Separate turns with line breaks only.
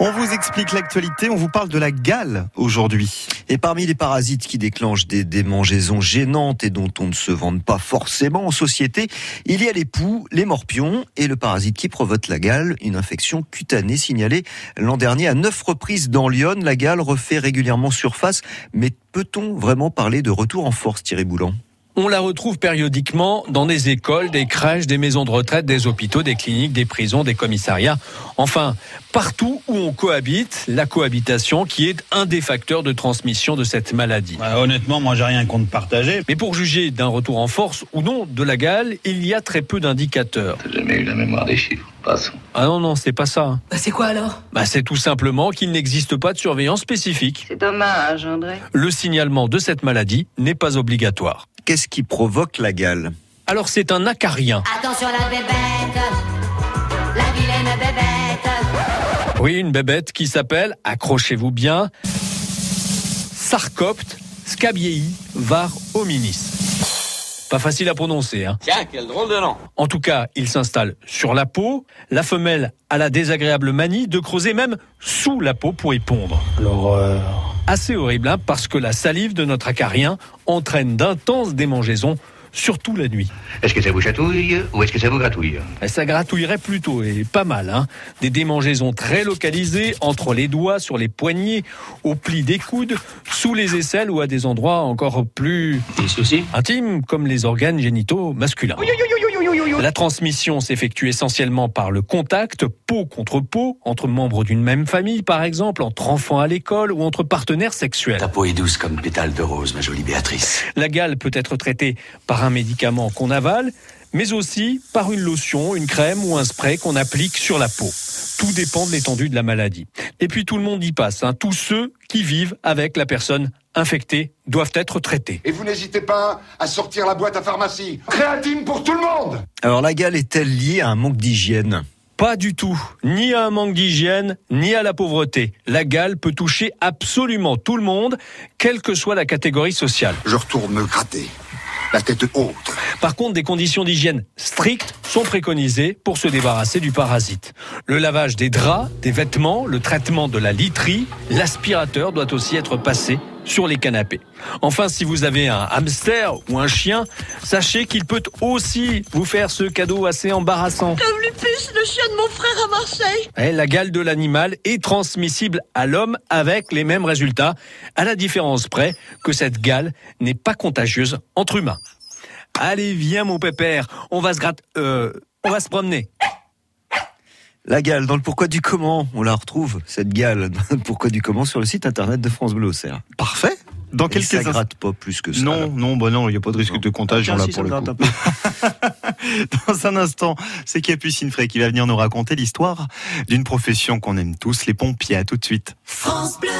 On vous explique l'actualité, on vous parle de la gale aujourd'hui.
Et parmi les parasites qui déclenchent des démangeaisons gênantes et dont on ne se vante pas forcément en société, il y a les poux, les morpions et le parasite qui provoque la gale, une infection cutanée signalée l'an dernier à neuf reprises dans Lyon. La gale refait régulièrement surface, mais peut-on vraiment parler de retour en force, Thierry Boulan
on la retrouve périodiquement dans des écoles, des crèches, des maisons de retraite, des hôpitaux, des cliniques, des prisons, des commissariats. Enfin, partout où on cohabite, la cohabitation qui est un des facteurs de transmission de cette maladie.
Bah, honnêtement, moi, j'ai rien contre partager.
Mais pour juger d'un retour en force ou non de la gale, il y a très peu d'indicateurs.
T'as jamais eu la mémoire des chiffres. Passons.
Ah non, non, c'est pas ça.
Bah, c'est quoi alors
Bah, c'est tout simplement qu'il n'existe pas de surveillance spécifique.
C'est dommage, André.
Le signalement de cette maladie n'est pas obligatoire.
Qu'est-ce qui provoque la gale
Alors c'est un acarien.
Attention la bébête, la vilaine bébête.
Oui, une bébête qui s'appelle, accrochez-vous bien, Sarcopte scabiei var hominis. Pas facile à prononcer. Hein.
Tiens, quel drôle de nom.
En tout cas, il s'installe sur la peau. La femelle a la désagréable manie de creuser même sous la peau pour y pondre.
L'horreur.
Assez horrible hein, parce que la salive de notre acarien entraîne d'intenses démangeaisons. Surtout la nuit.
Est-ce que ça vous chatouille ou est-ce que ça vous gratouille
Eh, Ça gratouillerait plutôt et pas mal. Hein. Des démangeaisons très localisées entre les doigts, sur les poignets, au pli des coudes, sous les aisselles ou à des endroits encore plus
des soucis
intimes comme les organes génitaux masculins. La transmission s'effectue essentiellement par le contact, peau contre peau, entre membres d'une même famille par exemple, entre enfants à l'école ou entre partenaires sexuels.
Ta peau est douce comme pétale de rose, ma jolie Béatrice.
La gale peut être traitée par un médicament qu'on avale, mais aussi par une lotion, une crème ou un spray qu'on applique sur la peau. Tout dépend de l'étendue de la maladie. Et puis tout le monde y passe. Hein. Tous ceux qui vivent avec la personne infectée doivent être traités.
Et vous n'hésitez pas à sortir la boîte à pharmacie. Créatine pour tout le monde
Alors la gale est-elle liée à un manque d'hygiène
pas du tout, ni à un manque d'hygiène, ni à la pauvreté. La gale peut toucher absolument tout le monde, quelle que soit la catégorie sociale.
Je retourne me gratter la tête haute.
Par contre, des conditions d'hygiène strictes sont préconisées pour se débarrasser du parasite. Le lavage des draps, des vêtements, le traitement de la literie, l'aspirateur doit aussi être passé sur les canapés. Enfin, si vous avez un hamster ou un chien, sachez qu'il peut aussi vous faire ce cadeau assez embarrassant.
Comme Lupus, le chien de mon frère à Marseille.
Et la gale de l'animal est transmissible à l'homme avec les mêmes résultats, à la différence près que cette gale n'est pas contagieuse entre humains. Allez, viens mon pépère, on va se gratter, euh, on va se promener.
La gale, dans le pourquoi du comment, on la retrouve, cette gale, dans le pourquoi du comment sur le site internet de France Bleu Auxerre.
Parfait.
Dans quelques ça gratte pas plus que ça.
Non, là. non, bah non, il n'y a pas de
Ah,
risque non. de contagion là si pour le coup. dans un instant, c'est Capucine Frey qui va venir nous raconter l'histoire d'une profession qu'on aime tous, les pompiers. À tout de suite. France Bleu.